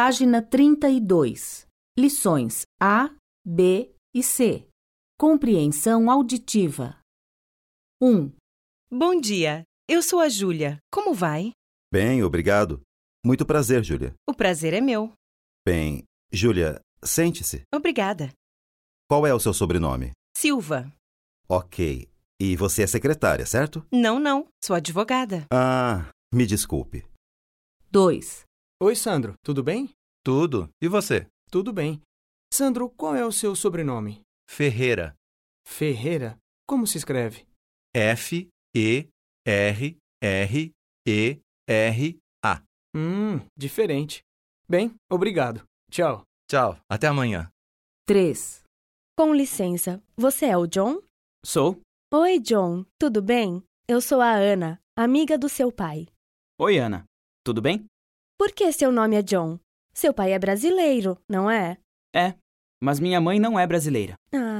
Página 32. Lições A, B e C. Compreensão auditiva. 1, Bom dia, eu sou a Júlia. Como vai? Bem, obrigado. Muito prazer, Júlia. O prazer é meu. Bem, Júlia, sente-se. Obrigada. Qual é o seu sobrenome? Silva. Ok. E você é secretária, certo? Não, não, sou advogada. Ah, me desculpe. 2, Oi, Sandro, tudo bem? Tudo. E você? Tudo bem. Sandro, qual é o seu sobrenome? Ferreira. Ferreira? Como se escreve? F E R R E R. Hum, diferente. Bem, obrigado. Tchau. Tchau. Até amanhã. 3, Com licença, você é o John? Sou. Oi, John, tudo bem? Eu sou a Ana, amiga do seu pai. Oi, Ana. Tudo bem? Por que seu nome é John? Seu pai é brasileiro, não é? Mas minha mãe não é brasileira. Ah,